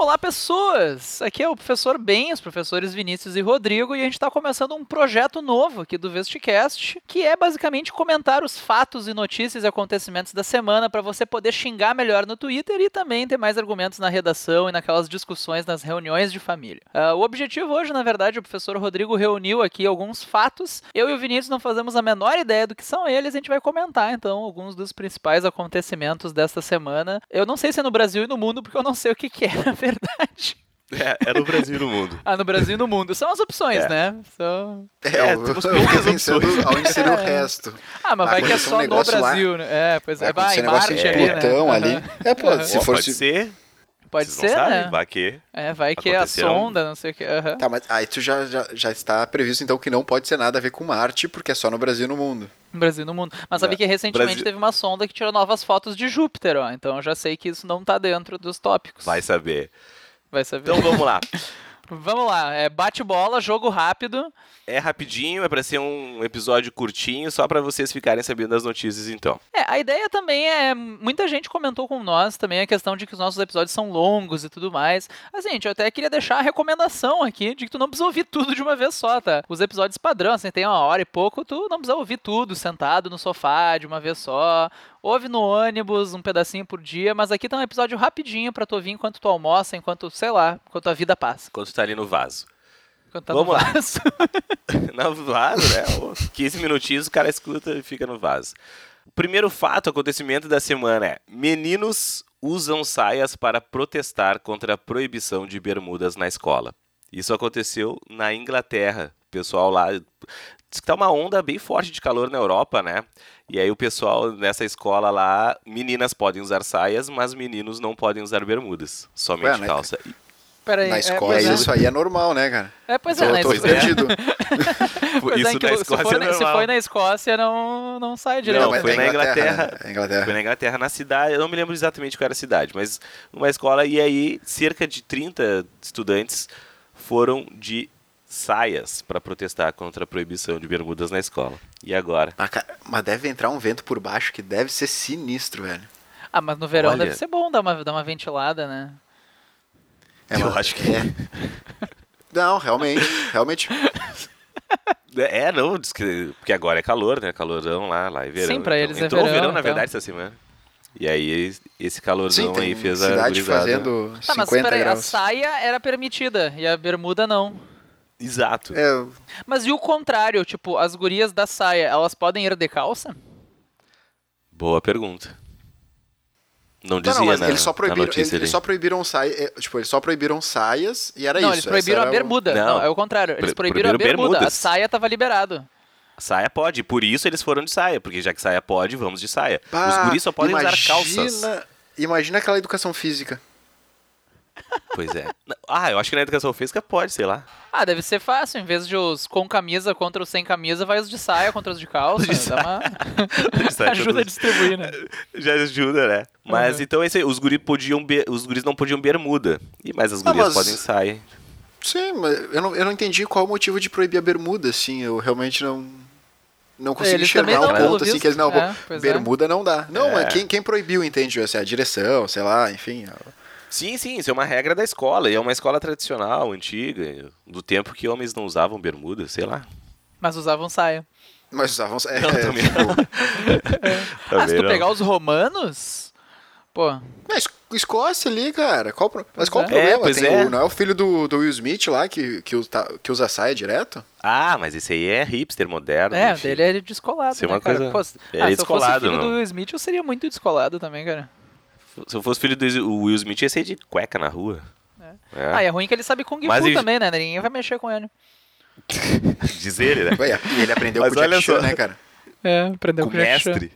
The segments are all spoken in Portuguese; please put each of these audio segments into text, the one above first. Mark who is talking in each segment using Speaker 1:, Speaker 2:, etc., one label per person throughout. Speaker 1: Olá, pessoas! Aqui é o professor Ben, os professores Vinícius e Rodrigo, e a gente está começando um projeto novo aqui do Vestcast, que é basicamente comentar os fatos e notícias e acontecimentos da semana para você poder xingar melhor no Twitter e também ter mais argumentos na redação e naquelas discussões nas reuniões de família. Ah, o objetivo hoje, na verdade, o professor Rodrigo reuniu aqui alguns fatos. Eu e o Vinícius não fazemos a menor ideia do que são eles, a gente vai comentar então alguns dos principais acontecimentos desta semana. Eu não sei se é no Brasil e no mundo, porque eu não sei o que, que é, na verdade.
Speaker 2: É, é no Brasil e no mundo.
Speaker 1: Ah, no Brasil e no mundo. São as opções,
Speaker 2: É.
Speaker 1: né? São...
Speaker 2: É,
Speaker 3: É, eu
Speaker 2: temos
Speaker 3: eu
Speaker 2: poucas
Speaker 3: fiquei pensando
Speaker 2: opções.
Speaker 3: ao inserir o
Speaker 1: É.
Speaker 3: resto.
Speaker 1: Ah, mas
Speaker 3: Ah,
Speaker 1: vai que é
Speaker 3: aconteceu
Speaker 1: só
Speaker 3: um
Speaker 1: no
Speaker 3: negócio lá.
Speaker 1: Brasil, né? É, pois é, vai,
Speaker 3: acontecer
Speaker 1: em
Speaker 3: um negócio
Speaker 1: Marte
Speaker 3: de
Speaker 1: ali,
Speaker 3: Plutão
Speaker 1: né?
Speaker 3: ali.
Speaker 1: Aham.
Speaker 3: É, pô,
Speaker 1: Aham.
Speaker 3: se
Speaker 2: Ó, pode
Speaker 3: fosse...
Speaker 2: ser,
Speaker 1: Pode
Speaker 2: vocês
Speaker 1: ser,
Speaker 2: não sabem,
Speaker 1: né?
Speaker 2: vai que...
Speaker 1: É, vai que é a
Speaker 2: Aconteceu.
Speaker 1: sonda, não sei o que. aham.
Speaker 3: Tá, mas aí tu já, já, já está previsto, então, que não pode ser nada a ver com Marte, porque é só no Brasil e no mundo.
Speaker 1: No Brasil e no mundo. Mas sabe
Speaker 2: Bra-
Speaker 1: que recentemente
Speaker 2: É. Brasil-
Speaker 1: teve uma sonda que tirou novas fotos de Júpiter, ó. Então eu já sei que isso não tá dentro dos tópicos.
Speaker 2: Vai saber.
Speaker 1: Vai saber.
Speaker 2: Então vamos lá.
Speaker 1: Vamos lá, é bate-bola, jogo rápido.
Speaker 2: É rapidinho, é pra ser um episódio curtinho, só pra vocês ficarem sabendo das notícias então.
Speaker 1: É, a ideia também é. Muita gente comentou com nós também a questão de que os nossos episódios são longos e tudo mais. Assim, gente, eu até queria deixar a recomendação aqui de que tu não precisa ouvir tudo de uma vez só, tá? Os episódios padrão, assim, tem uma hora e pouco, tu não precisa ouvir tudo sentado no sofá de uma vez só. Ouve no ônibus um pedacinho por dia, mas aqui tá um episódio rapidinho pra tu ouvir enquanto tu almoça, enquanto, sei lá, enquanto a vida passa.
Speaker 2: Enquanto tá ali no vaso.
Speaker 1: Enquanto tá
Speaker 2: Vamos
Speaker 1: no
Speaker 2: lá.
Speaker 1: vaso.
Speaker 2: no vaso, né? Ô, 15 minutinhos o cara escuta e fica no vaso. O primeiro fato, acontecimento da semana é: meninos usam saias para protestar contra a proibição de bermudas na escola. Isso aconteceu na Inglaterra. O pessoal lá diz que tá uma onda bem forte de calor na Europa, né? E aí o pessoal nessa escola lá, meninas podem usar saias, mas meninos não podem usar bermudas, somente
Speaker 3: Ué, né?
Speaker 2: calça. E
Speaker 1: Peraí.
Speaker 3: Na escola,
Speaker 1: é, pois
Speaker 3: isso aí é normal, né, cara?
Speaker 1: É, é, pois é,
Speaker 3: Tô-
Speaker 1: na
Speaker 3: tô
Speaker 1: escola.
Speaker 3: perdido.
Speaker 1: Pois é,
Speaker 2: isso
Speaker 1: em que
Speaker 2: na
Speaker 1: lu- se,
Speaker 2: Escócia
Speaker 1: for,
Speaker 2: é
Speaker 1: na- se
Speaker 2: normal.
Speaker 1: for na Escócia, não, não sai direito.
Speaker 2: Não,
Speaker 3: mas
Speaker 2: foi
Speaker 3: é
Speaker 2: na Inglaterra.
Speaker 3: né? É Inglaterra.
Speaker 2: Foi na Inglaterra, na cidade, eu não me lembro exatamente qual era a cidade, mas numa escola, e aí cerca de 30 estudantes foram de saias para protestar contra a proibição de bermudas na escola. E agora?
Speaker 3: Ah, cara, mas deve entrar um vento por baixo que deve ser sinistro, velho.
Speaker 1: Ah, mas no verão
Speaker 2: Olha.
Speaker 1: deve ser bom dar uma, dar uma ventilada, né?
Speaker 3: É,
Speaker 2: Eu
Speaker 3: mas-
Speaker 2: acho que-
Speaker 3: é. Não, realmente, realmente.
Speaker 2: É, não, diz que- porque agora é calor, né? Calorão lá, lá é verão.
Speaker 1: Sim, pra
Speaker 2: então.
Speaker 1: eles é
Speaker 2: Entrou o
Speaker 1: verão,
Speaker 2: verão, na
Speaker 1: então.
Speaker 2: verdade, essa semana. E aí, esse calorzão
Speaker 3: Sim, tem
Speaker 2: aí fez a
Speaker 3: cidade
Speaker 2: gurizada-
Speaker 3: fazendo 50
Speaker 1: Tá, mas peraí, a
Speaker 3: graus.
Speaker 1: saia era permitida e a bermuda não.
Speaker 2: Exato.
Speaker 3: É,
Speaker 1: Mas e o contrário? Tipo, as gurias da saia, elas podem ir de calça?
Speaker 2: Boa pergunta. Não
Speaker 3: Não,
Speaker 2: dizia,
Speaker 3: não, mas
Speaker 2: na-
Speaker 3: eles só
Speaker 2: na
Speaker 3: proibiram,
Speaker 2: notícia
Speaker 3: eles,
Speaker 2: ali.
Speaker 3: eles só proibiram saias, é, tipo, eles só proibiram saias e era
Speaker 1: não,
Speaker 3: isso.
Speaker 1: eles
Speaker 3: essa
Speaker 1: proibiram a
Speaker 3: era o-
Speaker 1: bermuda. Não,
Speaker 2: um- Não.
Speaker 1: é o contrário. Eles
Speaker 2: Pro-
Speaker 1: proibiram a
Speaker 2: proibiram
Speaker 1: bermuda. A
Speaker 2: bermudas.
Speaker 1: saia tava liberado.
Speaker 2: Saia pode, por isso eles foram de saia, porque já que saia pode, vamos de saia.
Speaker 3: Pá,
Speaker 2: Os guris só podem usar
Speaker 3: imagina-
Speaker 2: calças.
Speaker 3: Imagina aquela educação física.
Speaker 2: Pois é. Não, Ah, eu acho que na educação física pode, sei lá.
Speaker 1: Ah, deve ser fácil. Em vez de os com camisa contra os sem camisa, vai os de saia contra os de calça. né?
Speaker 2: Os
Speaker 1: Dá uma-
Speaker 2: de De saia
Speaker 1: Ajuda a
Speaker 2: todos-
Speaker 1: distribuir, né?
Speaker 2: Já ajuda, né? Mas
Speaker 1: Uhum.
Speaker 2: então esse, os guris podiam be- os guris não podiam bermuda. E mas as
Speaker 3: Ah,
Speaker 2: gurias
Speaker 3: mas-
Speaker 2: podem saia.
Speaker 3: Sim, mas eu não, eu não entendi qual o motivo de proibir a bermuda, assim. Eu realmente não, não consegui
Speaker 1: Eles também
Speaker 3: enxergar o
Speaker 1: não, pelo
Speaker 3: ponto, assim,
Speaker 1: visto.
Speaker 3: que eles não vão.
Speaker 1: É, pois é.
Speaker 3: bermuda não dá. Não,
Speaker 2: É.
Speaker 3: mas quem, quem proibiu, entende? Assim, a direção, sei lá, enfim.
Speaker 2: Sim, sim, isso é uma regra da escola, e é uma escola tradicional, antiga, do tempo que homens não usavam bermuda, sei lá.
Speaker 1: Mas usavam saia.
Speaker 3: Mas usavam. É,
Speaker 2: Não, também
Speaker 3: tipo,
Speaker 1: Ah, se
Speaker 2: Também
Speaker 1: tu
Speaker 2: não.
Speaker 1: pegar os romanos. Pô,
Speaker 3: na Es- Escócia ali, cara. Qual, o pro- mas qual o
Speaker 1: é.
Speaker 2: É,
Speaker 3: problema?
Speaker 2: pois
Speaker 3: Tem
Speaker 2: é.
Speaker 3: o- não é o filho do, do Will Smith lá que, que, usa, que usa saia direto?
Speaker 2: Ah, mas esse aí é hipster moderno.
Speaker 1: É,
Speaker 2: enfim.
Speaker 1: dele é descolado.
Speaker 2: Isso é
Speaker 1: né,
Speaker 2: uma
Speaker 1: cara?
Speaker 2: coisa-
Speaker 1: Pô, se-
Speaker 2: ele é
Speaker 1: ah, Se eu
Speaker 2: descolado,
Speaker 1: fosse filho
Speaker 2: não.
Speaker 1: do Will Smith, eu seria muito descolado também, cara. é-
Speaker 2: Se eu fosse filho do Will Smith, ia ser de cueca na rua. É.
Speaker 1: Ah, e é ruim que ele sabe Kung
Speaker 2: Mas
Speaker 1: Fu
Speaker 2: ele-
Speaker 1: também, né? Ninguém vai mexer com ele.
Speaker 2: Diz ele, né?
Speaker 3: Ué, e ele aprendeu
Speaker 2: Mas
Speaker 3: com o Jack
Speaker 2: olha só.
Speaker 3: Chan, né, cara?
Speaker 1: É, aprendeu
Speaker 2: com o mestre.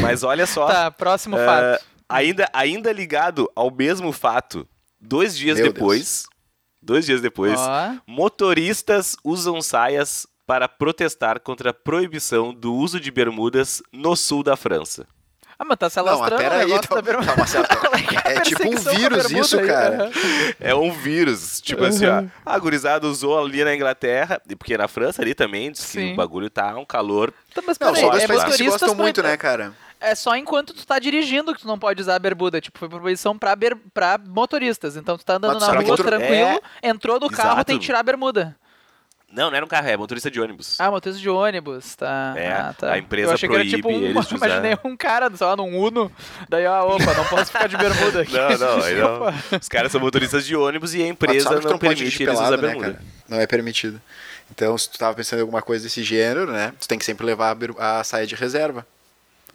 Speaker 2: Mas olha só,
Speaker 1: Tá, próximo
Speaker 3: É,
Speaker 2: eh,
Speaker 1: fato.
Speaker 2: ainda, ainda ligado ao mesmo fato, dois dias
Speaker 3: Meu
Speaker 2: depois, dois dias depois,
Speaker 1: Ó,
Speaker 2: motoristas usam saias para protestar contra a proibição do uso de bermudas no sul da França.
Speaker 1: Ah, mas tá se
Speaker 3: Não, mas
Speaker 1: alastrando o
Speaker 3: peraí,
Speaker 1: negócio tá
Speaker 3: então-
Speaker 1: da bermuda.
Speaker 3: Não, Marcelo,
Speaker 1: Qual que a
Speaker 3: é tipo um
Speaker 1: perseguição com a
Speaker 3: vírus
Speaker 1: bermuda
Speaker 3: isso,
Speaker 1: aí? né?
Speaker 3: cara.
Speaker 1: Aham.
Speaker 2: É um vírus. Tipo assim,
Speaker 1: Uhum.
Speaker 2: ó. A gurizada usou ali na Inglaterra, e porque na França ali também, diz que
Speaker 1: Sim.
Speaker 2: o bagulho tá um calor.
Speaker 1: Tá, mas
Speaker 3: Não,
Speaker 1: peraí,
Speaker 3: são dois
Speaker 1: é
Speaker 3: países que se
Speaker 1: motoristas
Speaker 3: gostam
Speaker 1: pra-
Speaker 3: muito, né, cara?
Speaker 1: É só enquanto tu tá dirigindo que tu não pode usar a bermuda. Tipo, foi proibição pra, ber... pra motoristas. Então tu tá andando
Speaker 3: Mas
Speaker 1: na
Speaker 3: será
Speaker 1: rua
Speaker 3: que É. entrou-
Speaker 1: tranquilo, entrou no carro,
Speaker 2: Exato.
Speaker 1: tem que tirar a bermuda.
Speaker 2: Não, não era um carro, é motorista de ônibus.
Speaker 1: Ah, motorista de ônibus, tá.
Speaker 2: É,
Speaker 1: ah, tá.
Speaker 2: a empresa
Speaker 1: Eu achei que era tipo um,
Speaker 2: proíbe eles de usar.
Speaker 1: imaginei um cara, sei lá, num Uno. Daí, ah, opa, não posso ficar de bermuda aqui.
Speaker 2: Não, não, aí não.
Speaker 1: Desculpa.
Speaker 2: Os caras são motoristas de ônibus e a
Speaker 3: Mas tu
Speaker 2: empresa
Speaker 3: sabe que tu
Speaker 2: não
Speaker 3: pode
Speaker 2: permite
Speaker 3: dirigir
Speaker 2: eles usar
Speaker 3: pelado, né,
Speaker 2: bermuda.
Speaker 3: cara? Não é permitido. Então, se tu tava pensando em alguma coisa desse gênero, né? Tu tem que sempre levar a bermu- a, saia de reserva.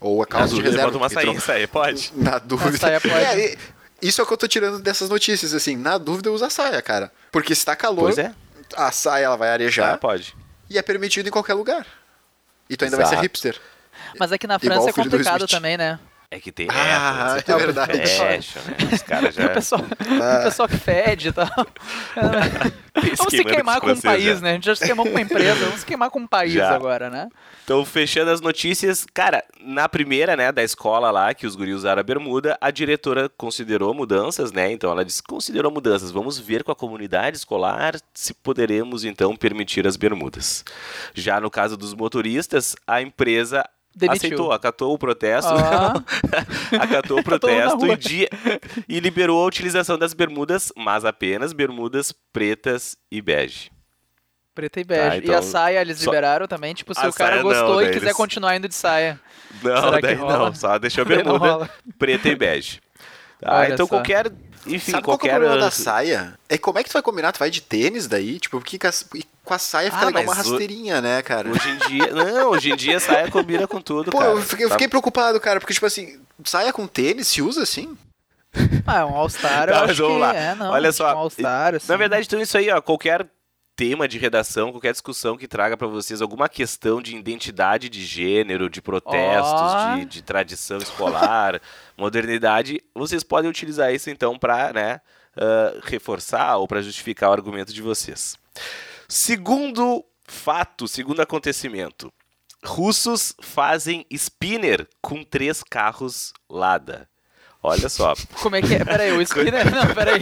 Speaker 3: Ou a
Speaker 2: Na
Speaker 3: calça de
Speaker 2: dúvida,
Speaker 3: reserva.
Speaker 2: bota uma
Speaker 3: porque tu não-
Speaker 2: saia, saia, pode.
Speaker 3: Na dúvida.
Speaker 1: saia pode.
Speaker 3: É, e- isso é o que eu tô tirando dessas notícias, assim. Na dúvida, usa a saia, cara. Porque se tá calor,
Speaker 2: Pois é,
Speaker 3: a saia ela vai
Speaker 2: já
Speaker 3: arejar
Speaker 2: pode.
Speaker 3: e é permitido em qualquer lugar. E tu ainda vai
Speaker 2: Exato.
Speaker 3: ser hipster.
Speaker 1: Mas aqui na
Speaker 3: Igual
Speaker 1: França
Speaker 3: o
Speaker 1: é
Speaker 3: filho do
Speaker 1: complicado
Speaker 3: Smith.
Speaker 1: também, né?
Speaker 2: É que tem.
Speaker 3: Ah,
Speaker 2: é,
Speaker 3: é verdade.
Speaker 2: Fashion, né? Os caras já.
Speaker 1: O pessoal, o pessoal que fede e tal. vamos se
Speaker 2: queimando
Speaker 1: queimar
Speaker 2: Tá com
Speaker 1: com um
Speaker 2: vocês,
Speaker 1: país,
Speaker 2: já.
Speaker 1: né? A gente já se queimou com uma empresa, vamos se queimar com um país
Speaker 2: Já.
Speaker 1: agora, né?
Speaker 2: Então, fechando as notícias, cara, na primeira, né, da escola lá, que os guris usaram a bermuda, a diretora considerou mudanças, né? Então ela disse, considerou mudanças, vamos ver com a comunidade escolar se poderemos, então, permitir as bermudas. Já no caso dos motoristas, a empresa
Speaker 1: Demitiu.
Speaker 2: aceitou, acatou o protesto,
Speaker 1: Ah.
Speaker 2: acatou o
Speaker 1: Tá todo mundo na
Speaker 2: protesto e,
Speaker 1: rua.
Speaker 2: di- e liberou a utilização das bermudas, mas apenas bermudas pretas e bege.
Speaker 1: Preta e bege.
Speaker 2: Tá,
Speaker 1: e
Speaker 2: então,
Speaker 1: a saia eles
Speaker 2: só-
Speaker 1: liberaram também? Tipo, se
Speaker 2: A
Speaker 1: o cara
Speaker 2: saia não,
Speaker 1: gostou e
Speaker 2: daí
Speaker 1: quiser
Speaker 2: eles-
Speaker 1: continuar indo de saia.
Speaker 2: Não,
Speaker 1: Será que
Speaker 2: daí
Speaker 1: rola?
Speaker 2: não, só deixou a
Speaker 1: Daí não
Speaker 2: bermuda
Speaker 1: rola.
Speaker 2: preta e bege. Tá,
Speaker 1: Olha
Speaker 2: então
Speaker 1: só.
Speaker 2: qualquer. Enfim,
Speaker 3: Sabe qual que é o
Speaker 2: qualquer. ah,
Speaker 3: problema da saia? É como é que tu vai combinar? Tu vai de tênis daí? Tipo, porque com a, e com a saia fica
Speaker 2: Ah,
Speaker 3: legal uma
Speaker 2: mas o-
Speaker 3: rasteirinha, né, cara?
Speaker 2: Hoje em dia. Não, hoje em dia saia combina com tudo.
Speaker 3: Pô,
Speaker 2: cara.
Speaker 3: eu fiquei, eu
Speaker 2: Tá-
Speaker 3: fiquei preocupado, cara, porque, tipo assim, saia com tênis se usa assim?
Speaker 1: Ah, um All-Star, eu
Speaker 2: Tá, mas
Speaker 1: acho
Speaker 2: vamos
Speaker 1: que
Speaker 2: lá.
Speaker 1: é, não.
Speaker 2: Olha
Speaker 1: acho
Speaker 2: só,
Speaker 1: que Um All-Star, assim.
Speaker 2: Na verdade, então isso aí, ó, qualquer tema de redação, qualquer discussão que traga pra vocês alguma questão de identidade de gênero, de protestos,
Speaker 1: Ó.
Speaker 2: de, de tradição escolar, modernidade, vocês podem utilizar isso então pra né, ah, reforçar ou pra justificar o argumento de vocês. Segundo fato, segundo acontecimento, russos fazem spinner com três carros Lada. Olha só.
Speaker 1: Como é que é? Peraí, o spinner. Não, peraí.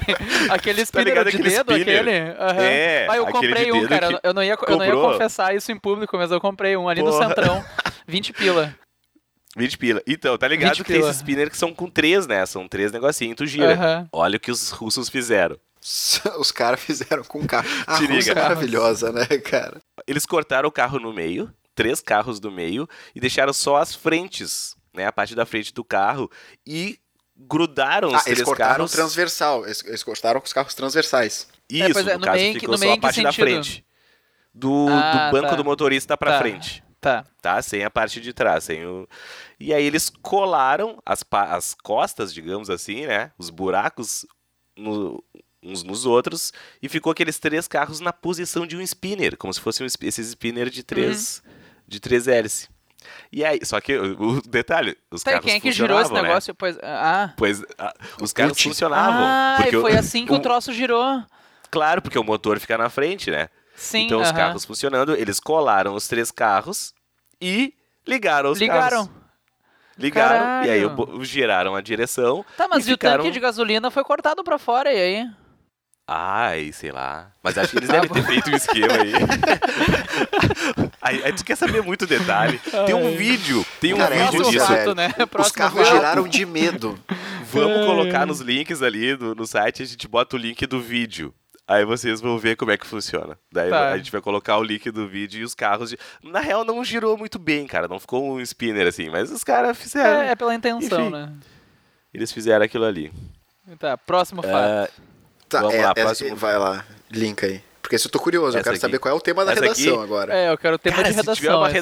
Speaker 1: Aquele spinner
Speaker 2: Tá ligado
Speaker 1: de
Speaker 2: aquele
Speaker 1: dedo,
Speaker 2: spinner?
Speaker 1: aquele? Aham.
Speaker 2: É,
Speaker 1: Ah, eu
Speaker 2: aquele de
Speaker 1: comprei um,
Speaker 2: dedo
Speaker 1: cara.
Speaker 2: que
Speaker 1: Eu não, ia, eu não ia
Speaker 2: comprou.
Speaker 1: confessar isso em público, mas eu comprei um ali
Speaker 2: Porra.
Speaker 1: no Centrão. 20 pila.
Speaker 2: 20 pila. Então, tá ligado
Speaker 1: 20
Speaker 2: que tem
Speaker 1: pila.
Speaker 2: esses spinner que são com três, né? São três negocinhos, tu gira.
Speaker 1: Aham.
Speaker 2: Olha o que os russos fizeram.
Speaker 3: Os caras fizeram com o carro. A
Speaker 2: Te
Speaker 3: Rússia
Speaker 2: liga.
Speaker 3: é maravilhosa, né, cara?
Speaker 2: Eles cortaram o carro no meio, três carros do meio, e deixaram só as frentes, né? A parte da frente do carro. E grudaram os
Speaker 3: Ah,
Speaker 2: três
Speaker 3: eles cortaram
Speaker 2: carros.
Speaker 3: o transversal. Eles, eles cortaram com os carros transversais.
Speaker 1: É,
Speaker 2: Isso,
Speaker 1: pois é,
Speaker 2: no,
Speaker 1: no
Speaker 2: caso,
Speaker 1: meio em que-
Speaker 2: ficou
Speaker 1: no
Speaker 2: só
Speaker 1: meio
Speaker 2: a
Speaker 1: em que
Speaker 2: parte da
Speaker 1: sentido?
Speaker 2: frente. Do, do
Speaker 1: Ah,
Speaker 2: banco
Speaker 1: tá.
Speaker 2: do motorista pra
Speaker 1: Tá.
Speaker 2: frente.
Speaker 1: Tá.
Speaker 2: tá? Sem a parte de trás, sem o... E aí eles colaram as, pa- as costas, digamos assim, né? Os buracos no- uns nos outros e ficou aqueles três carros na posição de um spinner, como se fosse um sp- esses spinner de três,
Speaker 1: Uhum.
Speaker 2: de três hélice. E aí, só que o, o detalhe, os
Speaker 1: Tá, e
Speaker 2: carros
Speaker 1: quem é que girou esse
Speaker 2: funcionavam, né?
Speaker 1: negócio? Pois, ah.
Speaker 2: Pois ah, os carros
Speaker 3: Putin.
Speaker 2: funcionavam.
Speaker 1: ah,
Speaker 2: porque um
Speaker 1: e
Speaker 2: o-
Speaker 1: foi assim que o
Speaker 2: o-
Speaker 1: troço girou.
Speaker 2: Claro, porque o motor fica na frente, né?
Speaker 1: Sim,
Speaker 2: então os
Speaker 1: aham.
Speaker 2: carros funcionando, eles colaram os três carros e ligaram os carros.
Speaker 1: ligaram.
Speaker 2: Ligaram e aí
Speaker 1: Caralho.
Speaker 2: o bo- giraram a direção.
Speaker 1: Tá, mas
Speaker 2: E
Speaker 1: e o
Speaker 2: ficaram-
Speaker 1: tanque de gasolina foi cortado pra fora, e aí?
Speaker 2: Ai, sei lá. Mas acho que eles
Speaker 1: Ah,
Speaker 2: devem
Speaker 1: bom.
Speaker 2: ter feito um esquema aí. aí, aí tu quer saber muito detalhe. Tem um
Speaker 1: Ai.
Speaker 2: vídeo, tem um
Speaker 3: Cara, é
Speaker 2: vídeo
Speaker 3: muito
Speaker 2: disso.
Speaker 3: velho.
Speaker 1: né?
Speaker 3: os carros giraram de medo.
Speaker 2: Vamos colocar nos links ali do- no site, a gente bota o link do vídeo. Aí vocês vão ver como é que funciona. Daí
Speaker 1: Tá.
Speaker 2: a gente vai colocar o link do vídeo e os carros. de- Na real, não girou muito bem, cara. Não ficou um spinner assim, mas os caras fizeram.
Speaker 1: É, é pela intenção,
Speaker 2: Enfim.
Speaker 1: né?
Speaker 2: Eles fizeram aquilo ali.
Speaker 1: Tá, próximo fato.
Speaker 2: Ah,
Speaker 3: Tá,
Speaker 2: Vamos
Speaker 3: é-
Speaker 2: lá,
Speaker 3: é-
Speaker 2: próximo.
Speaker 3: vai lá, linka aí. Porque se eu tô curioso, eu
Speaker 2: Essa
Speaker 3: quero
Speaker 2: aqui.
Speaker 3: saber qual é o tema da
Speaker 2: Essa
Speaker 3: redação
Speaker 2: aqui.
Speaker 3: agora.
Speaker 1: É, eu quero o tema
Speaker 2: Cara,
Speaker 1: de redação.
Speaker 2: se tiver uma
Speaker 1: esse, né?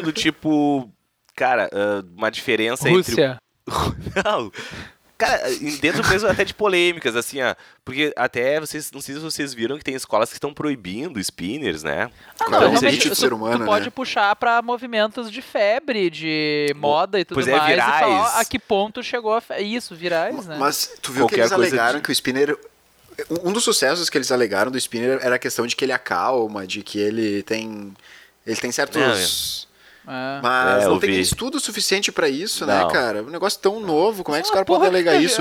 Speaker 2: do tipo. Cara, ah, uma diferença entre.
Speaker 1: Rússia.
Speaker 2: Não! Cara, em- dentro mesmo até de polêmicas, assim, ó. Porque até vocês. Não sei se vocês viram que tem escolas que estão proibindo spinners, né?
Speaker 1: Ah,
Speaker 3: Qual
Speaker 1: não,
Speaker 3: é o
Speaker 1: realmente,
Speaker 3: limite do
Speaker 1: tu-
Speaker 3: ser humano,
Speaker 1: tu
Speaker 3: né?
Speaker 1: pode puxar pra movimentos de febre, de moda e tudo
Speaker 2: Pois é,
Speaker 1: mais. E
Speaker 2: virais.
Speaker 1: falar a que ponto chegou a fe... Isso, virais, né?
Speaker 3: Mas tu viu
Speaker 2: Qualquer
Speaker 3: que eles
Speaker 2: coisa
Speaker 3: alegaram
Speaker 2: de-
Speaker 3: que o Spinner. Um dos sucessos que eles alegaram do Spinner era a questão de que ele acalma, de que ele tem. Ele tem certos.
Speaker 1: É.
Speaker 3: Mas
Speaker 2: É,
Speaker 3: não
Speaker 2: eu
Speaker 3: tem
Speaker 2: vi.
Speaker 3: estudo suficiente pra isso,
Speaker 2: Não.
Speaker 3: né, cara? Um negócio tão novo, como é que os
Speaker 1: Uma
Speaker 3: caras
Speaker 1: Ah, porra
Speaker 3: podem alegar
Speaker 1: que-
Speaker 3: isso?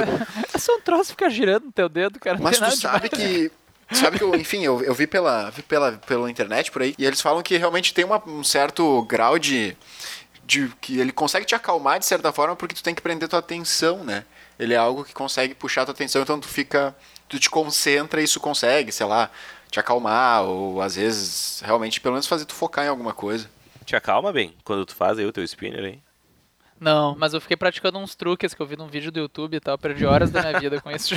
Speaker 1: É só um troço ficar girando no teu dedo, cara. Não tem
Speaker 3: Mas tu
Speaker 1: nada
Speaker 3: sabe
Speaker 1: demais.
Speaker 3: que. Sabe que, eu, enfim, eu, eu vi, pela, vi pela, pela internet por aí, e eles falam que realmente tem uma- um certo grau de, de. que ele consegue te acalmar de certa forma, porque tu tem que prender tua atenção, né? Ele é algo que consegue puxar tua atenção, então tu fica. tu te concentra e isso consegue, sei lá, te acalmar, ou às vezes realmente pelo menos fazer tu focar em alguma coisa.
Speaker 2: Te acalma bem quando tu faz aí o teu spinner, hein?
Speaker 1: Não, mas eu fiquei praticando uns truques que eu vi num vídeo do YouTube e tal. Perdi horas da minha vida com isso.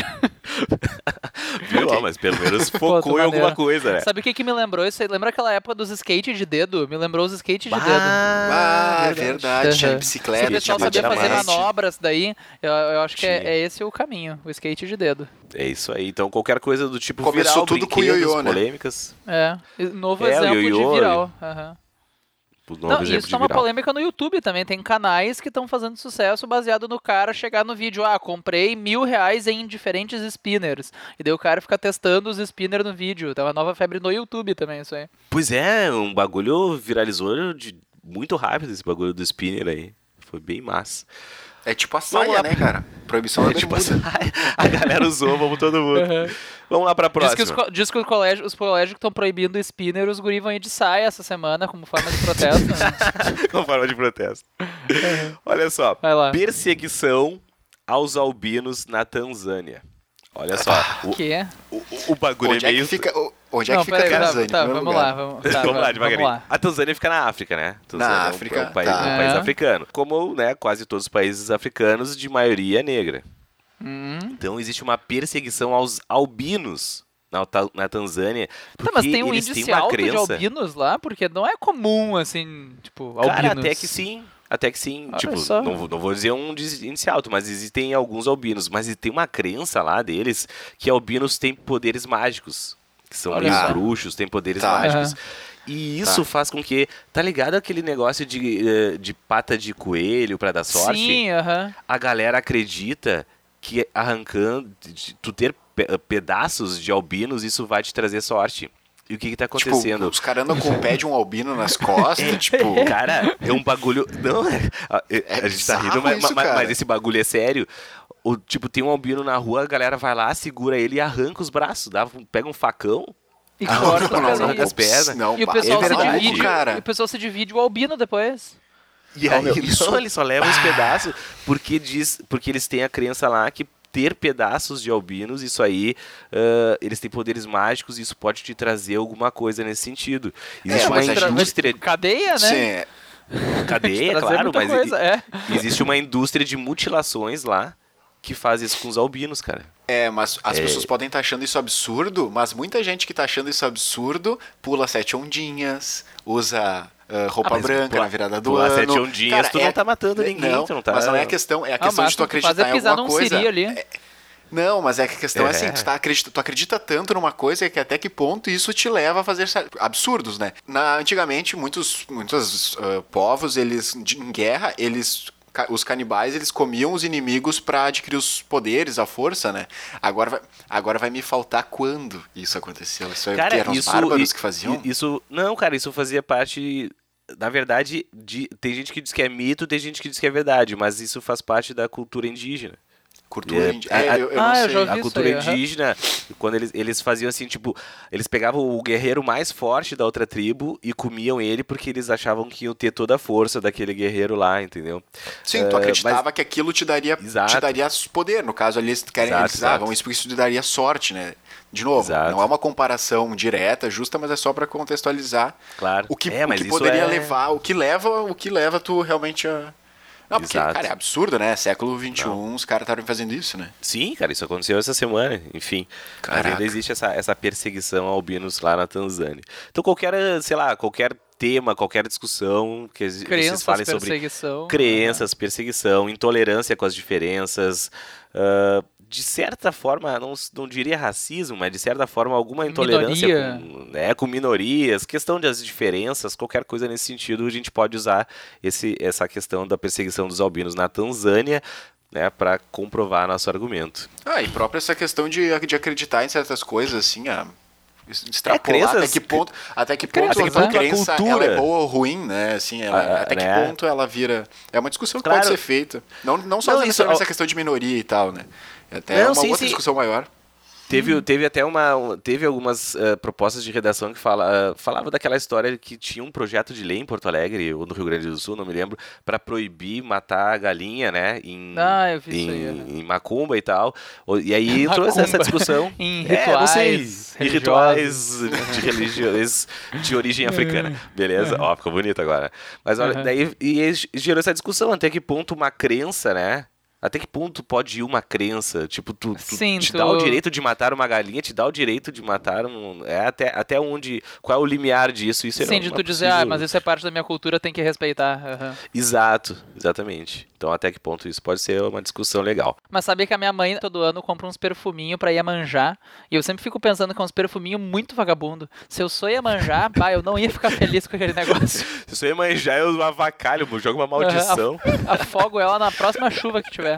Speaker 2: Viu? Ó, mas pelo menos
Speaker 1: Pô, tô
Speaker 2: focou em alguma
Speaker 1: maneiro.
Speaker 2: coisa, né?
Speaker 1: Sabe o que, que me lembrou isso aí? Lembra aquela época dos skate de dedo? Me lembrou os skate de dedo.
Speaker 3: Ah,
Speaker 2: Ah,
Speaker 3: é verdade, tinha
Speaker 1: Aham. Se o
Speaker 3: bicicleta,
Speaker 1: pessoal
Speaker 3: tinha
Speaker 1: sabia fazer
Speaker 3: basquete.
Speaker 1: manobras daí, eu, eu acho que é,
Speaker 2: Tinha.
Speaker 1: é esse o caminho, o skate de dedo.
Speaker 2: É isso aí. Então qualquer coisa do tipo
Speaker 3: Começou
Speaker 2: viral,
Speaker 3: tudo com o
Speaker 2: brinquedos,
Speaker 3: ioiô, né?
Speaker 2: polêmicas,
Speaker 1: É, e novo
Speaker 2: É, o
Speaker 1: exemplo
Speaker 2: ioiô,
Speaker 1: de viral. Aham.
Speaker 2: o novo
Speaker 1: Não,
Speaker 2: exemplo
Speaker 1: isso
Speaker 2: de um
Speaker 1: tá uma
Speaker 2: viral.
Speaker 1: polêmica no YouTube também. Tem canais que estão fazendo sucesso baseado no cara chegar no vídeo. Ah, comprei mil reais em diferentes spinners. E daí o cara fica testando os spinners no vídeo. Tá uma nova febre no YouTube também, isso aí.
Speaker 2: Pois é, um bagulho viralizou de muito rápido esse bagulho do spinner aí. Foi bem massa.
Speaker 3: É tipo a
Speaker 2: Vamos
Speaker 3: saia,
Speaker 2: lá.
Speaker 3: né, cara? Proibição da
Speaker 2: É, tipo,
Speaker 3: bermuda.
Speaker 2: a galera usou, vamos todo mundo. Vamos lá pra
Speaker 1: Diz
Speaker 2: próxima.
Speaker 1: que, os, co- diz que o colégio- os colégios que estão proibindo spinner, os guri vão ir de saia essa semana como forma de protesto. né?
Speaker 2: Com forma de protesto. Olha só.
Speaker 1: Vai lá.
Speaker 2: Perseguição aos albinos na Tanzânia. Olha só. O,
Speaker 1: Que?
Speaker 2: o, o bagulho
Speaker 3: Ah, Onde
Speaker 2: é
Speaker 3: é
Speaker 2: meio.
Speaker 3: que fica, o- onde é
Speaker 1: Não,
Speaker 3: que fica
Speaker 1: peraí, tá,
Speaker 3: Tanzânia, em
Speaker 1: tá,
Speaker 3: primeiro
Speaker 1: vamos
Speaker 3: lugar?
Speaker 1: lá, vamos, tá,
Speaker 2: vamos lá,
Speaker 1: vamos- vamos
Speaker 2: devagarinho.
Speaker 1: lá.
Speaker 2: A Tanzânia fica na África, né? Tanzânia é um-
Speaker 3: África,
Speaker 2: é um, país,
Speaker 3: tá.
Speaker 2: um país
Speaker 1: É.
Speaker 2: africano. Como né, quase todos os países africanos, de maioria negra.
Speaker 1: Hum.
Speaker 2: Então existe uma perseguição aos albinos na, Ta- na Tanzânia.
Speaker 1: Tá, mas
Speaker 2: porque
Speaker 1: tem um
Speaker 2: eles
Speaker 1: índice
Speaker 2: têm uma
Speaker 1: alto de
Speaker 2: crença.
Speaker 1: albinos lá, porque não é comum, assim, tipo, albinos.
Speaker 2: Cara, até que sim. Até que sim.
Speaker 1: Olha
Speaker 2: tipo,
Speaker 1: só.
Speaker 2: não, vou- não vou dizer um diz- índice alto, mas existem alguns albinos. Mas tem uma crença lá deles que albinos têm poderes mágicos. Que são
Speaker 1: Olha
Speaker 2: meio
Speaker 3: só.
Speaker 2: bruxos, têm poderes
Speaker 3: Tá.
Speaker 2: mágicos.
Speaker 1: Aham.
Speaker 2: E isso faz com que. Tá ligado aquele negócio de, eh, de pata de coelho pra dar sorte?
Speaker 1: Sim, aham.
Speaker 2: A galera acredita que arrancando. de- de- Tu ter pe- pedaços de albinos, isso vai te trazer sorte. E o que que tá acontecendo?
Speaker 3: Tipo, os caras andam com o pé de um albino nas costas, tipo...
Speaker 2: Cara, é um bagulho. Não, é- a, a- a gente tá
Speaker 3: bizarro
Speaker 2: rindo, mas,
Speaker 3: isso,
Speaker 2: mas-
Speaker 3: cara.
Speaker 2: mas esse bagulho é sério. O, tipo, tem um albino na rua, a galera vai lá, segura ele e arranca os braços, dá, pega um facão.
Speaker 1: E
Speaker 3: Ah,
Speaker 1: corta
Speaker 2: não,
Speaker 1: o
Speaker 2: não,
Speaker 1: cabelo.
Speaker 2: não,
Speaker 3: ops,
Speaker 2: pernas.
Speaker 3: não,
Speaker 1: E o
Speaker 3: pá,
Speaker 1: pessoal
Speaker 3: é
Speaker 1: se
Speaker 3: verdade,
Speaker 1: divide, e
Speaker 3: cara.
Speaker 1: o pessoal se divide o albino depois.
Speaker 2: E
Speaker 3: Não,
Speaker 2: aí,
Speaker 3: meu,
Speaker 2: não,
Speaker 3: isso-
Speaker 2: ele só leva os pedaços, porque diz, porque eles têm a crença lá que ter pedaços de albinos, isso aí, ah, eles têm poderes mágicos, isso pode te trazer alguma coisa nesse sentido. Existe
Speaker 3: É,
Speaker 2: uma
Speaker 3: mas a gente-
Speaker 2: indústria,
Speaker 1: Cadeia, né?
Speaker 3: Sim,
Speaker 1: Trazer
Speaker 2: cadeia, claro,
Speaker 1: muita
Speaker 2: mas
Speaker 1: coisa, é.
Speaker 2: Existe uma indústria de mutilações lá que faz isso com os albinos, cara.
Speaker 3: é, mas as
Speaker 2: É.
Speaker 3: pessoas podem estar achando isso absurdo, mas muita gente que tá achando isso absurdo pula sete ondinhas, usa ah,
Speaker 2: Ah,
Speaker 3: roupa
Speaker 2: mas
Speaker 3: branca
Speaker 2: pular-
Speaker 3: na virada do
Speaker 2: pular
Speaker 3: ano.
Speaker 2: sete ondinhas, tu não tá matando
Speaker 3: é-
Speaker 2: ninguém, tu não tá-
Speaker 3: Mas não é a questão, é a
Speaker 1: Ah, o
Speaker 3: questão de tu
Speaker 1: máximo que faz
Speaker 3: acreditar
Speaker 1: é
Speaker 3: em
Speaker 1: pisar
Speaker 3: alguma
Speaker 1: num
Speaker 3: coisa. É,
Speaker 1: siri ali.
Speaker 3: Não, mas é que a questão é,
Speaker 2: É.
Speaker 3: assim, tu, tá acredita, tu acredita tanto numa coisa que até que ponto isso te leva a fazer sa- absurdos, né? Na, antigamente, muitos, muitos ah, povos, eles, de- em guerra, eles... ca- Os canibais, eles comiam os inimigos pra adquirir os poderes, a força, né? Agora vai, agora vai me faltar quando isso aconteceu. Isso é
Speaker 2: Cara,
Speaker 3: que eram os
Speaker 2: isso-
Speaker 3: bárbaros
Speaker 2: i-
Speaker 3: que faziam?
Speaker 2: E- Isso, não, cara, isso fazia parte, na verdade, de- tem gente que diz que é mito, tem gente que diz que é verdade, mas isso faz parte da cultura indígena.
Speaker 3: Cultura
Speaker 2: é,
Speaker 3: indi-
Speaker 2: a-
Speaker 3: é,
Speaker 2: a-
Speaker 3: eu, eu não
Speaker 1: Ah, eu
Speaker 3: sei.
Speaker 1: já ouvi
Speaker 2: A
Speaker 1: isso
Speaker 2: cultura
Speaker 1: aí, aham.
Speaker 2: indígena, quando eles, eles faziam assim, tipo, eles pegavam o guerreiro mais forte da outra tribo e comiam ele porque eles achavam que iam ter toda a força daquele guerreiro lá, entendeu?
Speaker 3: Sim, tu
Speaker 2: É,
Speaker 3: acreditava que aquilo te daria,
Speaker 2: Exato.
Speaker 3: te daria poder. No caso, ali eles querem
Speaker 2: Exato,
Speaker 3: eles, ah,
Speaker 2: exato.
Speaker 3: vamos isso, isso te daria sorte, né? De novo,
Speaker 2: Exato.
Speaker 3: não é uma comparação direta, justa, mas é só pra contextualizar
Speaker 2: Claro.
Speaker 3: o que,
Speaker 2: É,
Speaker 3: o
Speaker 2: mas
Speaker 3: que
Speaker 2: isso
Speaker 3: poderia
Speaker 2: é-
Speaker 3: levar, o que leva, o que leva tu realmente a. Não, porque,
Speaker 2: Exato.
Speaker 3: cara, é absurdo, né? Século XXI, os caras estavam fazendo isso, né?
Speaker 2: Sim, cara, isso aconteceu essa semana, enfim.
Speaker 3: Caraca.
Speaker 2: Ainda existe essa, essa perseguição a albinos lá na Tanzânia. Então qualquer, sei lá, qualquer tema, qualquer discussão que exi- vocês
Speaker 1: Crenças,
Speaker 2: falem sobre
Speaker 1: perseguição. né?
Speaker 2: crenças, perseguição, intolerância com as diferenças, ah, de certa forma, não, s- não diria racismo, mas de certa forma alguma intolerância
Speaker 1: Minoria.
Speaker 2: com, né, com minorias, questão das diferenças, qualquer coisa nesse sentido, a gente pode usar esse, essa questão da perseguição dos albinos na Tanzânia né, para comprovar nosso argumento.
Speaker 3: Ah, e própria essa questão de, de acreditar em certas coisas, assim, ah, extrapolar
Speaker 2: crenças-
Speaker 3: até que ponto, até que ponto
Speaker 1: crenças,
Speaker 3: a
Speaker 1: né?
Speaker 3: crença
Speaker 2: Cultura.
Speaker 3: ela é boa ou ruim, né? Assim, ela-
Speaker 2: Ah,
Speaker 3: até que
Speaker 2: né?
Speaker 3: ponto ela vira. É uma discussão que
Speaker 2: Claro.
Speaker 3: pode ser feita. Não, não só
Speaker 2: Não,
Speaker 3: nessa-
Speaker 2: isso-
Speaker 3: nessa questão de minoria e tal, né? Até
Speaker 2: Não,
Speaker 3: uma
Speaker 2: sim,
Speaker 3: outra
Speaker 2: sim.
Speaker 3: discussão maior.
Speaker 2: Teve,
Speaker 1: Uhum.
Speaker 2: teve até uma. um- Teve algumas eh, propostas de redação que fala, ah, falava daquela história que tinha um projeto de lei em Porto Alegre, ou no Rio Grande do Sul, não me lembro, para proibir matar a galinha, né? Em,
Speaker 1: Ah, eu vi isso aí, né?
Speaker 2: em, em Macumba e tal. O- E aí entrou essa, essa
Speaker 1: Macumba.
Speaker 2: discussão.
Speaker 1: Em
Speaker 2: É, não sei,
Speaker 1: rituais
Speaker 2: Em rituais de religiões de
Speaker 1: É.
Speaker 2: origem africana. Beleza? Ó, ficou bonito agora. Mas olha,
Speaker 1: Uhum.
Speaker 2: daí e aí gerou essa discussão até que ponto uma crença, né? Até que ponto pode ir uma crença? Tipo, tu, tu
Speaker 1: Sim,
Speaker 2: te
Speaker 1: tu-
Speaker 2: dá o direito de matar uma galinha, te dá o direito de matar um. É até, até onde. Qual é o limiar disso? Isso é
Speaker 1: Sem
Speaker 2: uma-
Speaker 1: de tu
Speaker 2: uma
Speaker 1: dizer,
Speaker 2: possível-
Speaker 1: ah, mas isso é parte da minha cultura, tem que respeitar. Aham.
Speaker 2: Exato, exatamente. Então, até que ponto isso pode ser uma discussão legal.
Speaker 1: Mas sabia que a minha mãe todo ano compra uns perfuminhos pra Iemanjá. E eu sempre fico pensando que é uns perfuminhos muito vagabundo. Se eu sou Iemanjá, pá, eu não ia ficar feliz com aquele negócio.
Speaker 2: Se isso aí manjar, eu um avacalho, jogo
Speaker 1: É,
Speaker 2: uma maldição.
Speaker 1: Afogo ela na próxima chuva que tiver.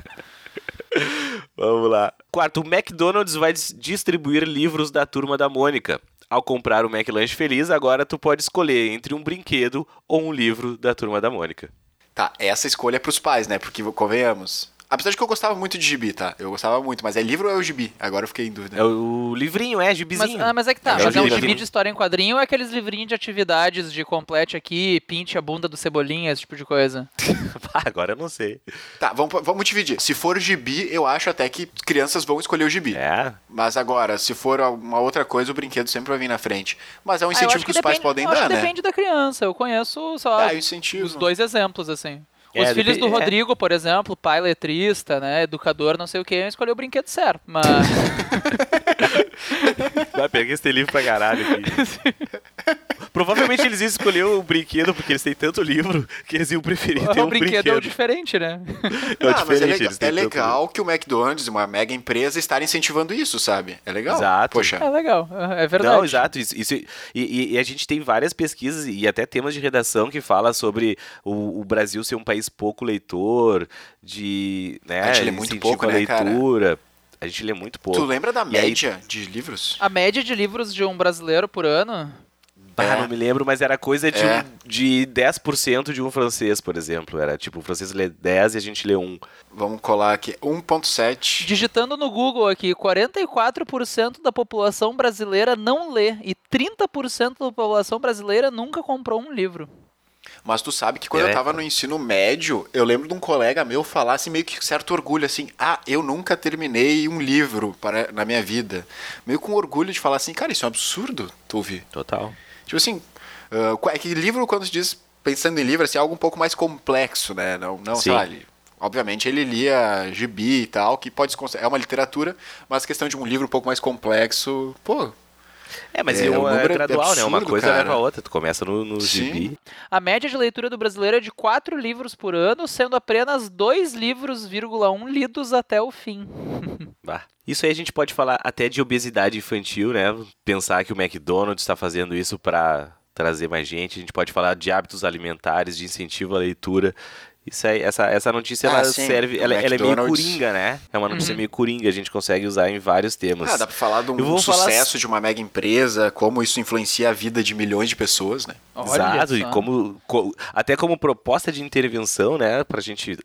Speaker 2: Vamos lá. Quarto, o McDonald's vai dis- distribuir livros da Turma da Mônica. Ao comprar o McLanche Feliz, agora tu pode escolher entre um brinquedo ou um livro da Turma da Mônica.
Speaker 3: Tá, essa escolha é pros pais, né? Porque, convenhamos. Apesar de que eu gostava muito de gibi, tá? Eu gostava muito, mas é livro ou é o gibi? Agora eu fiquei em dúvida.
Speaker 2: É o livrinho, é,
Speaker 1: Mas,
Speaker 2: gibizinho.
Speaker 1: ah, mas é que tá,
Speaker 2: É,
Speaker 1: mas é um
Speaker 2: gibi,
Speaker 1: gibi
Speaker 2: gibi.
Speaker 1: de história em quadrinho ou é aqueles livrinhos de atividades de complete aqui, pinte a bunda do Cebolinha, esse tipo de coisa?
Speaker 2: Pá, Ah, agora eu não sei.
Speaker 3: Tá, vamos, vamos dividir. Se for gibi, eu acho até que crianças vão escolher o gibi.
Speaker 2: É.
Speaker 3: Mas agora, se for uma outra coisa, o brinquedo sempre vai vir na frente. Mas é
Speaker 1: Ah,
Speaker 3: um
Speaker 1: eu
Speaker 3: incentivo
Speaker 1: acho
Speaker 3: que, os pais
Speaker 1: depende-
Speaker 3: podem
Speaker 1: eu acho
Speaker 3: dar,
Speaker 1: que
Speaker 3: né?
Speaker 1: depende da criança. Eu conheço, sei lá,
Speaker 3: Ah, o incentivo.
Speaker 1: os dois exemplos, assim.
Speaker 2: É,
Speaker 1: Os filhos
Speaker 2: depende-
Speaker 1: do
Speaker 2: é.
Speaker 1: Rodrigo, por exemplo, pai letrista, né, educador, não sei o que, escolheu o brinquedo certo. Mas,
Speaker 2: Vai pegar esse livro pra caralho aqui. Provavelmente eles iam escolher o brinquedo, porque eles têm tanto livro que eles iam preferir ter
Speaker 1: o
Speaker 2: um
Speaker 1: brinquedo,
Speaker 2: brinquedo.
Speaker 1: é o diferente, né?
Speaker 2: É o
Speaker 3: Ah, mas é
Speaker 2: diferente,
Speaker 3: legal,
Speaker 2: eles têm
Speaker 3: é
Speaker 2: tanto livro.
Speaker 3: legal que o McDonald's, uma mega empresa, estar incentivando isso, sabe? É legal.
Speaker 2: Exato.
Speaker 3: Poxa,
Speaker 1: É legal, é verdade.
Speaker 2: Não, exato. Isso, isso- e, e- e a gente tem várias pesquisas e até temas de redação que fala sobre o, o Brasil ser um país pouco leitor, de. Né,
Speaker 3: A gente lê muito
Speaker 2: incentivo
Speaker 3: pouco,
Speaker 2: à
Speaker 3: né, cara?
Speaker 2: leitura. A gente lê muito pouco.
Speaker 3: tu lembra da
Speaker 2: É. E aí-
Speaker 3: média de livros?
Speaker 1: A média de livros de um brasileiro por ano
Speaker 2: Ah,
Speaker 3: É.
Speaker 2: não me lembro, mas era coisa de, um,
Speaker 3: É.
Speaker 2: de 10% de um francês, por exemplo. Era tipo, o francês lê 10 e a gente lê 1.
Speaker 3: Vamos colar aqui. 1.7.
Speaker 1: Digitando no Google aqui, 44% da população brasileira não lê e 30% da população brasileira nunca comprou um livro.
Speaker 3: Mas tu sabe que quando
Speaker 2: É.
Speaker 3: eu tava no ensino médio, eu lembro de um colega meu falar assim, meio que com certo orgulho, assim, ah, eu nunca terminei um livro para, na minha vida. Meio com orgulho de falar assim, cara, isso é um absurdo, tu ouvir.
Speaker 2: Total.
Speaker 3: Tipo assim, ah, qu- é que livro, quando se diz pensando em livro, assim, é algo um pouco mais complexo, né? Não, não sei
Speaker 2: Sim.
Speaker 3: lá, ele- obviamente ele lia gibi e tal, que pode se considerar, é uma literatura, mas questão de um livro um pouco mais complexo, pô, ah,
Speaker 2: É, mas
Speaker 3: É,
Speaker 2: é,
Speaker 3: o
Speaker 2: um, é
Speaker 3: número é
Speaker 2: gradual, né? Uma
Speaker 3: absurdo,
Speaker 2: coisa
Speaker 3: cara.
Speaker 2: leva a outra. Tu começa no, no
Speaker 3: Sim.
Speaker 2: gibi.
Speaker 1: A média de leitura do brasileiro é de 4 livros por ano, sendo apenas 2 livros, vírgula 1 lidos até o fim.
Speaker 2: Bah. Isso aí a gente pode falar até de obesidade infantil, né? Pensar que o McDonald's está fazendo isso para trazer mais gente. A gente pode falar de hábitos alimentares, de incentivo à leitura. Isso aí, essa, essa notícia
Speaker 3: Ah,
Speaker 2: ela
Speaker 3: sim.
Speaker 2: serve,
Speaker 3: O
Speaker 2: ela, ela é meio
Speaker 3: McDonald's. Uhum.
Speaker 2: coringa, né? É uma notícia meio coringa, a gente consegue usar em vários temas.
Speaker 3: ah, dá pra falar de
Speaker 2: eu vou
Speaker 3: um
Speaker 2: falar
Speaker 3: sucesso de uma mega empresa, como isso influencia a vida de milhões de pessoas, né?
Speaker 1: Olha
Speaker 2: Exato, e
Speaker 1: só.
Speaker 2: como, co- até como proposta de intervenção, né, pra gente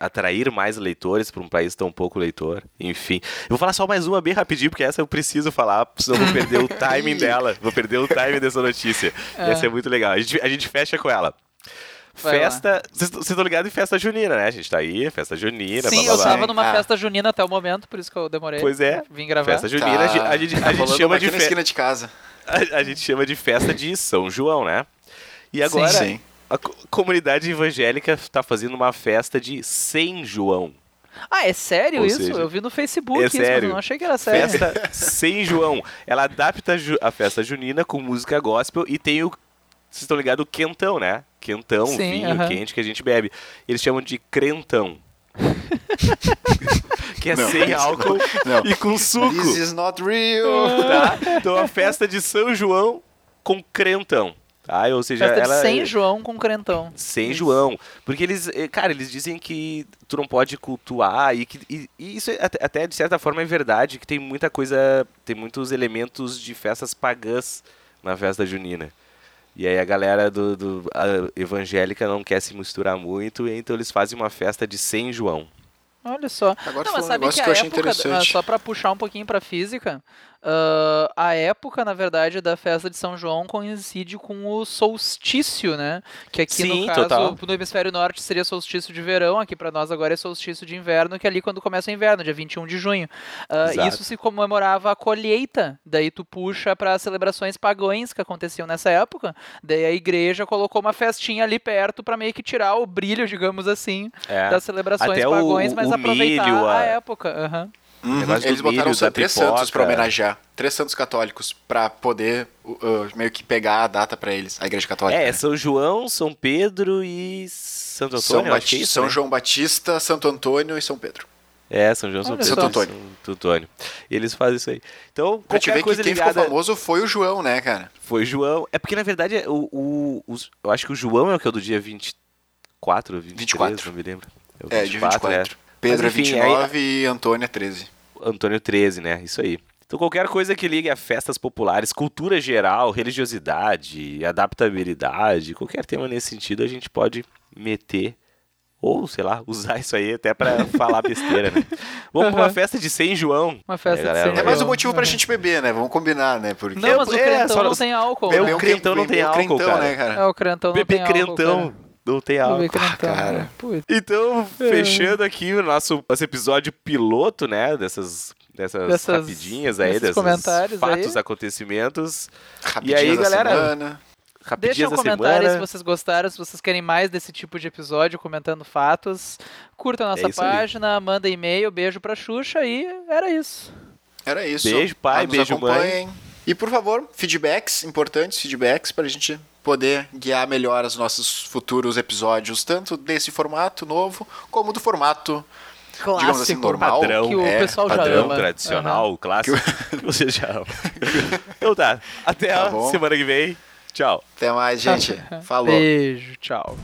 Speaker 2: atrair mais leitores para um país tão pouco leitor, enfim. Eu vou falar só mais uma bem rapidinho, porque essa eu preciso falar, senão eu vou perder o timing dela, vou perder o timing dessa notícia. E Essa é muito legal, a gente, a gente fecha com ela.
Speaker 1: Vai lá.
Speaker 2: festa, vocês vocês estão ligados em festa junina, né? A gente tá aí, festa junina,
Speaker 1: Sim,
Speaker 2: blá,
Speaker 1: eu
Speaker 2: blá, blá.
Speaker 1: tava numa
Speaker 3: Ah.
Speaker 1: festa junina até o momento, por isso que eu demorei.
Speaker 2: Pois é,
Speaker 1: Vim gravar.
Speaker 2: Festa junina, a gente- a gente, a
Speaker 3: tá
Speaker 2: gente
Speaker 3: rolando
Speaker 2: chama
Speaker 1: é
Speaker 3: aqui
Speaker 2: de
Speaker 3: na
Speaker 2: fe-
Speaker 3: esquina de casa.
Speaker 2: a, a gente chama de festa de São João, né? E agora,
Speaker 3: Sim.
Speaker 2: a co- comunidade evangélica está fazendo uma festa de Sem João.
Speaker 1: Ah, é sério
Speaker 2: Ou
Speaker 1: isso?
Speaker 2: seja,
Speaker 1: eu vi no Facebook
Speaker 2: é
Speaker 1: isso, mas
Speaker 2: sério.
Speaker 1: eu não achei que era sério.
Speaker 2: Festa Sem João. Ela adapta ju- a festa junina com música gospel e tem o. Vocês estão ligados? O quentão, né? Quentão,
Speaker 1: Sim,
Speaker 2: vinho
Speaker 1: aham.
Speaker 2: quente que a gente bebe. Eles chamam de crentão. que é
Speaker 3: Não,
Speaker 2: sem
Speaker 3: isso
Speaker 2: álcool
Speaker 3: não.
Speaker 2: e com suco. Ah.
Speaker 3: This is not real.
Speaker 2: tá? Então a festa de São João com crentão. Tá? Ou seja,
Speaker 1: Festa de
Speaker 2: ela.
Speaker 1: Sem João com crentão.
Speaker 2: Sem
Speaker 1: Isso.
Speaker 2: João. Porque eles, eh, cara, eles dizem que tu não pode cultuar e que e, e isso é até, até, de certa forma é verdade, que tem muita coisa, tem muitos elementos de festas pagãs na festa junina. E aí a galera do, do- a evangélica não quer se misturar muito, e então eles fazem uma festa de sem João.
Speaker 1: Olha só.
Speaker 3: Agora tu
Speaker 1: não, mas
Speaker 3: falou um
Speaker 1: sabe que
Speaker 3: negócio
Speaker 1: a
Speaker 3: que eu achei
Speaker 1: época, ah,
Speaker 3: interessante.
Speaker 1: só pra puxar um pouquinho pra física, ah, a época, na verdade, da festa de São João coincide com o solstício, né? Que aqui
Speaker 2: Sim,
Speaker 1: no caso,
Speaker 2: total.
Speaker 1: no hemisfério norte seria solstício de verão, aqui pra nós agora é solstício de inverno, que é ali quando começa o inverno, dia 21 de junho. Ah,
Speaker 2: Exato.
Speaker 1: isso se comemorava a colheita, daí tu puxa para celebrações pagãs que aconteciam nessa época, daí a igreja colocou uma festinha ali perto pra meio que tirar o brilho, digamos assim,
Speaker 2: É.
Speaker 1: das celebrações
Speaker 2: Até o-
Speaker 1: pagões, mas
Speaker 2: o
Speaker 1: aproveitar
Speaker 2: milho,
Speaker 1: a
Speaker 2: a-
Speaker 1: época. aham.
Speaker 3: Uhum,
Speaker 2: negócio do
Speaker 3: Eles botaram
Speaker 2: milho,
Speaker 3: só
Speaker 2: É da
Speaker 3: três
Speaker 2: pipoca.
Speaker 3: santos pra homenagear. Três santos católicos pra poder uh, uh, meio que pegar a data pra eles, a Igreja Católica.
Speaker 2: É,
Speaker 3: né?
Speaker 2: São João, São Pedro e Santo
Speaker 3: São,
Speaker 2: Antônio.
Speaker 3: Bat-
Speaker 2: acho que é isso,
Speaker 3: São
Speaker 2: né?
Speaker 3: João Batista, Santo Antônio e São Pedro.
Speaker 2: É, São João, São
Speaker 1: Olha
Speaker 2: Pedro.
Speaker 3: só. Santo
Speaker 2: Santo Antônio. E eles fazem isso aí. Então,
Speaker 3: Pra te
Speaker 2: qualquer
Speaker 3: ver que
Speaker 2: coisa
Speaker 3: quem ficou
Speaker 2: ligada...
Speaker 3: famoso foi o João, né, cara?
Speaker 2: Foi João. É porque, na verdade, o, o- os- eu acho que o João é o que é do dia 24, 23,
Speaker 3: 24.
Speaker 2: não me lembro. o
Speaker 3: É, de 24.
Speaker 2: né?
Speaker 3: Pedro
Speaker 2: Mas, enfim,
Speaker 3: é 29 e Antônio é 13.
Speaker 2: Antônio 13, né? Isso aí. Então, qualquer coisa que ligue a festas populares, cultura geral, religiosidade, adaptabilidade, qualquer tema nesse sentido, a gente pode meter ou, sei lá, usar isso aí até pra falar besteira, né? Vamos pra uma
Speaker 1: Aham.
Speaker 2: festa de Sem João.
Speaker 1: Uma festa
Speaker 2: É, galera,
Speaker 1: de
Speaker 3: É
Speaker 1: São
Speaker 3: mais um
Speaker 1: João.
Speaker 3: motivo pra
Speaker 1: Aham.
Speaker 3: gente beber, né? Vamos combinar, né? Porque
Speaker 1: Não, mas o
Speaker 2: É,
Speaker 1: crentão
Speaker 2: só
Speaker 1: não
Speaker 2: nós-
Speaker 1: tem álcool. né?
Speaker 2: Meu
Speaker 3: beber
Speaker 2: o crentão então não
Speaker 3: beber
Speaker 2: tem
Speaker 3: o
Speaker 2: álcool,
Speaker 3: um crentão,
Speaker 2: cara.
Speaker 3: né, cara?
Speaker 1: É, o crentão não
Speaker 2: um Bebê
Speaker 1: tem
Speaker 2: crentão. é, ah,
Speaker 1: álcool.
Speaker 2: Não tem
Speaker 1: Cara.
Speaker 2: álcool.
Speaker 1: Bebê crentão.
Speaker 3: cara.
Speaker 1: né? Putz.
Speaker 2: Então,
Speaker 1: É.
Speaker 2: fechando aqui o nosso, nosso episódio piloto, né? Dessas, dessas,
Speaker 1: Dessas-
Speaker 2: rapidinhas aí,
Speaker 1: desses
Speaker 2: desses
Speaker 1: comentários
Speaker 2: fatos,
Speaker 1: aí.
Speaker 2: acontecimentos.
Speaker 3: Rapidinhas
Speaker 2: aí,
Speaker 3: da
Speaker 2: galera?
Speaker 3: semana.
Speaker 1: Deixa
Speaker 2: Rapidinhas
Speaker 1: um
Speaker 2: da
Speaker 1: comentário aí se
Speaker 2: semana.
Speaker 1: vocês gostaram, se vocês querem mais desse tipo de episódio comentando fatos. Curta a nossa
Speaker 2: É isso aí.
Speaker 1: página, manda e-mail, beijo pra Xuxa e era isso.
Speaker 3: Era isso.
Speaker 2: Beijo, pai,
Speaker 3: Ah, nos
Speaker 2: beijo, mãe.
Speaker 3: acompanhem. E por favor, feedbacks, importantes feedbacks para a gente poder guiar melhor os nossos futuros episódios, tanto desse formato novo, como do formato Digamos assim, normal.
Speaker 2: Padrão,
Speaker 1: que o
Speaker 3: é,
Speaker 1: pessoal já
Speaker 2: Padrão,
Speaker 1: ama.
Speaker 2: tradicional, clássico, que você já ama. então tá, até
Speaker 3: Tá
Speaker 2: a
Speaker 3: bom.
Speaker 2: semana que vem. Tchau. assim,
Speaker 3: Até mais, gente.
Speaker 1: Aham.
Speaker 3: Falou.
Speaker 1: Beijo, tchau.